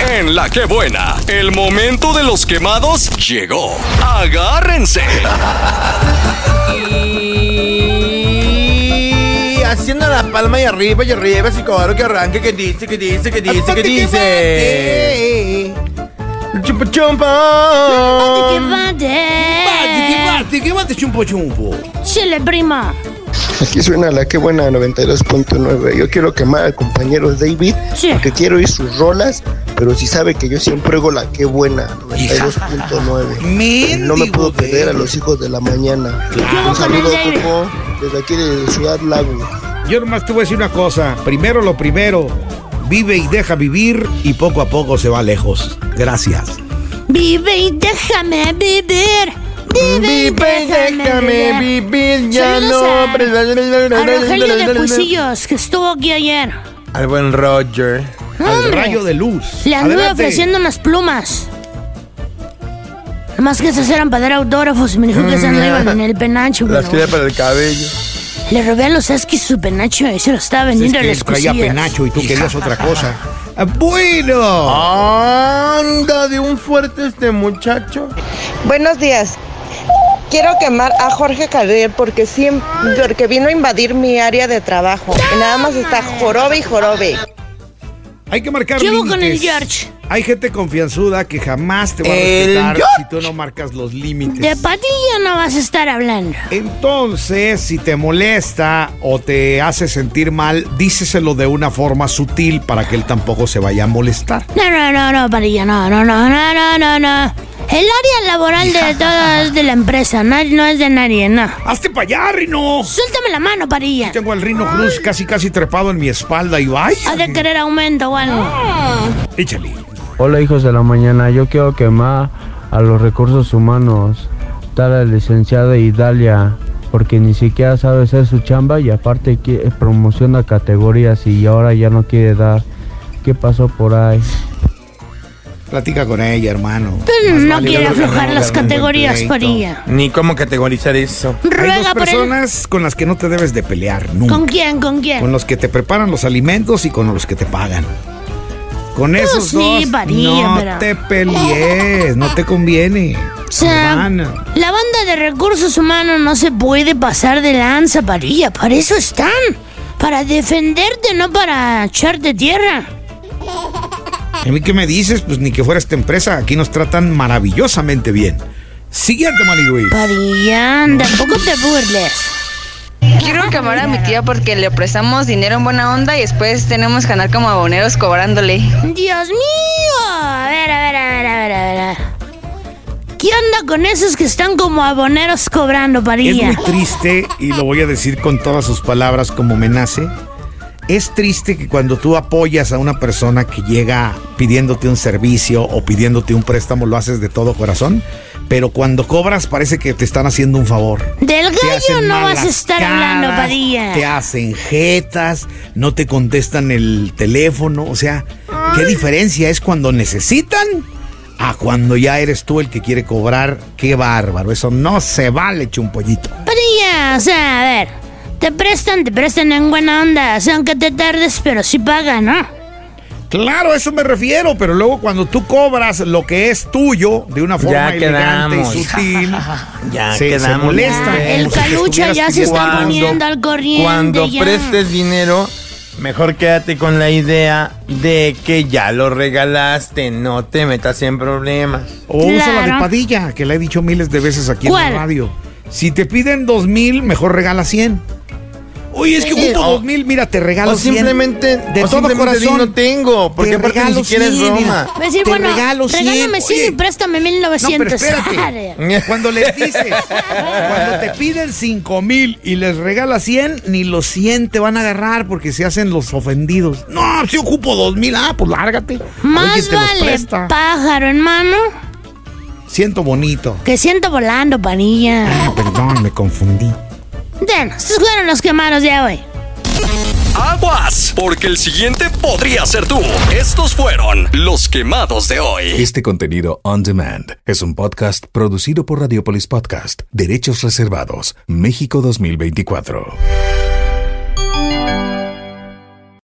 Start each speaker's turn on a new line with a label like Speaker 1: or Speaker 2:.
Speaker 1: En la que buena, el momento de los quemados llegó. Agárrense.
Speaker 2: Y haciendo las palmas y arriba y arriba, ese coro que arranque, que dice, que dice, que dice, que dice. Chumpa
Speaker 3: Bate,
Speaker 2: chumpa.
Speaker 3: bate.
Speaker 4: ¿Qué bate chumpo chumpo?
Speaker 3: Chile, prima.
Speaker 5: Aquí suena la que buena 92.9. Yo quiero quemar al compañero David
Speaker 3: Sí.
Speaker 5: porque quiero oír sus rolas, pero si sabe que yo siempre oigo la que buena
Speaker 3: Ah,
Speaker 5: 92.9. No me puedo perder a los hijos de la mañana.
Speaker 3: ¿Qué hubo
Speaker 5: Un
Speaker 3: con el
Speaker 5: saludo,
Speaker 3: David?
Speaker 5: Coco, desde aquí de Ciudad Lago.
Speaker 4: Yo nomás te voy a decir una cosa. Primero lo primero. Vive y deja vivir y poco a poco se va lejos. Gracias.
Speaker 3: Vive y déjame vivir. Vive y déjame vivir.
Speaker 2: vivir,
Speaker 3: Saludos a, a Rogelio de
Speaker 2: Cuisillo.
Speaker 3: Cuisillos, que estuvo aquí ayer.
Speaker 2: Al buen Roger.
Speaker 4: Al
Speaker 3: Hombre,
Speaker 4: rayo de luz.
Speaker 3: Le anduve
Speaker 4: Adelante.
Speaker 3: ofreciendo unas plumas. Más que esas eran para dar autógrafos. y Me dijo que esas no iban en el penacho.
Speaker 2: Las
Speaker 3: pero
Speaker 2: quiere para el cabello.
Speaker 3: Le robé a los Askis su penacho y se lo estaba
Speaker 4: Es
Speaker 3: vendiendo a
Speaker 4: que él
Speaker 3: las
Speaker 4: traía
Speaker 3: Cuisillos.
Speaker 4: penacho y tú querías otra cosa. Ah, Bueno.
Speaker 2: Anda de un fuerte este muchacho.
Speaker 6: Buenos días. Quiero quemar a Jorge Carrier porque, siem- porque vino a invadir mi área de trabajo. Y nada más está jorobe y jorobe.
Speaker 4: Hay que marcar
Speaker 3: ¿Qué hubo con
Speaker 4: límites.
Speaker 3: el George?
Speaker 4: Hay gente confianzuda que jamás te va a
Speaker 2: El
Speaker 4: respetar
Speaker 2: George.
Speaker 4: si tú no marcas los
Speaker 3: De
Speaker 4: límites.
Speaker 3: patilla no vas a estar hablando.
Speaker 4: Entonces, si te molesta o te hace sentir mal, díceselo de una forma sutil para que él tampoco se vaya a molestar.
Speaker 3: No, no, no, no, patilla, no, no, no, no, no, no, no. El área laboral de toda es de la empresa, na- no es de nadie, no.
Speaker 4: ¡Hazte para allá, Rino!
Speaker 3: Suéltame la mano, parilla.
Speaker 4: Tengo al Rino Cruz casi casi trepado en mi espalda y ¡ay!
Speaker 3: Ha de querer aumento o algo.
Speaker 4: Ah. Échale.
Speaker 7: Hola hijos de la mañana, yo quiero quemar a los recursos humanos, tal al licenciado Idalia, porque ni siquiera sabe hacer su chamba y aparte que- promociona categorías y ahora ya no quiere dar. ¿Qué pasó por ahí?
Speaker 4: Platica con ella, hermano.
Speaker 3: Pero
Speaker 4: Más
Speaker 3: no
Speaker 4: vale
Speaker 3: quiere
Speaker 4: yo lo que
Speaker 3: aflojar
Speaker 4: no,
Speaker 3: las
Speaker 4: darme un buen
Speaker 3: categorías,
Speaker 4: pleito.
Speaker 3: parilla.
Speaker 2: Ni cómo categorizar eso.
Speaker 4: Hay dos
Speaker 3: Ruega por él.
Speaker 4: personas con las que no te debes de pelear nunca.
Speaker 3: ¿Con quién? ¿Con
Speaker 4: Con
Speaker 3: quién?
Speaker 4: los que te preparan los alimentos y con los que te pagan. Con esos
Speaker 3: Pues sí,
Speaker 4: dos
Speaker 3: varía,
Speaker 4: no
Speaker 3: pero-
Speaker 4: te pelees, no te conviene.
Speaker 3: O sea,
Speaker 4: hermana.
Speaker 3: la banda de recursos humanos no se puede pasar de lanza, parilla. Para eso están. Para defenderte, no para echarte tierra.
Speaker 4: ¿A mí qué me dices? Pues ni que fuera esta empresa, aquí nos tratan maravillosamente bien. Siguiente, Marihuy.
Speaker 3: Parilla, tampoco te burles.
Speaker 8: Quiero quemar a mi tía porque le prestamos dinero en buena onda y después tenemos que andar como aboneros cobrándole.
Speaker 3: Dios mío. A ver, a ver, a ver, a ver, a ver, a ver. ¿Qué onda con esos que están como aboneros cobrando,
Speaker 4: Es
Speaker 3: parilla?
Speaker 4: muy triste, y lo voy a decir con todas sus palabras como me nace. Es triste que cuando tú apoyas a una persona que llega pidiéndote un servicio o pidiéndote un préstamo, lo haces de todo corazón, pero cuando cobras parece que te están haciendo un favor.
Speaker 3: Del
Speaker 4: Te
Speaker 3: gallo
Speaker 4: hacen
Speaker 3: no vas
Speaker 4: malas
Speaker 3: a estar
Speaker 4: caras,
Speaker 3: hablando, parilla.
Speaker 4: Te hacen jetas, no te contestan el teléfono, o sea, ¿qué diferencia es cuando necesitan? A cuando ya eres tú el que quiere cobrar, qué bárbaro, eso no se vale, chumpollito.
Speaker 3: Parilla, o sea, a ver. Te prestan, te prestan en buena onda. O sea, aunque te tardes, pero sí pagan, ¿no?
Speaker 4: Claro, a eso me refiero, pero luego cuando tú cobras lo que es tuyo de una forma
Speaker 2: Ya
Speaker 4: elegante y
Speaker 2: quedamos.
Speaker 4: sutil,
Speaker 2: Ya
Speaker 4: se, se
Speaker 2: quedamos.
Speaker 4: molestan.
Speaker 3: Ya, el
Speaker 4: como si te
Speaker 3: calucha ya
Speaker 4: estuvieras
Speaker 3: se está
Speaker 4: pidiendo-
Speaker 3: poniendo al corriente,
Speaker 2: Cuando
Speaker 3: ya.
Speaker 2: prestes dinero, mejor quédate con la idea de que ya lo regalaste. No te metas en problemas.
Speaker 4: O usa la de
Speaker 3: Claro.
Speaker 4: Padilla, que la he dicho miles de veces aquí en
Speaker 3: ¿Cuál?
Speaker 4: la radio. Si te piden dos mil, mejor regala cien. Oye, es que ocupo
Speaker 2: o-
Speaker 4: dos mil, mira, te regalo
Speaker 2: O
Speaker 4: cien.
Speaker 2: simplemente,
Speaker 4: de
Speaker 2: o
Speaker 4: todo
Speaker 2: simplemente di,
Speaker 4: corazón.
Speaker 2: no tengo, porque
Speaker 4: Te
Speaker 2: aparte ni
Speaker 4: regalo
Speaker 2: siquiera es
Speaker 4: 100,
Speaker 2: broma.
Speaker 3: Va a decir,
Speaker 4: Te
Speaker 3: bueno,
Speaker 4: regalo cien,
Speaker 3: regálame 100
Speaker 4: oye.
Speaker 3: y préstame
Speaker 4: No, pero
Speaker 3: 1900.
Speaker 4: espérate. Cuando les dices, cuando te piden cinco mil y les regalas 100, ni los 100 te van a agarrar porque se hacen los ofendidos. No, si ocupo dos mil, ah, pues lárgate. Oye,
Speaker 3: Más
Speaker 4: te los
Speaker 3: vale
Speaker 4: presta.
Speaker 3: pájaro en mano
Speaker 4: Siento bonito.
Speaker 3: que siento volando, panilla.
Speaker 4: Ah, perdón, me confundí.
Speaker 3: Bueno, estos fueron los quemados de hoy.
Speaker 1: Aguas, porque el siguiente podría ser tú. Estos fueron los quemados de hoy.
Speaker 9: Este contenido on demand es un podcast producido por Radiopolis Podcast, Derechos Reservados, México 2024.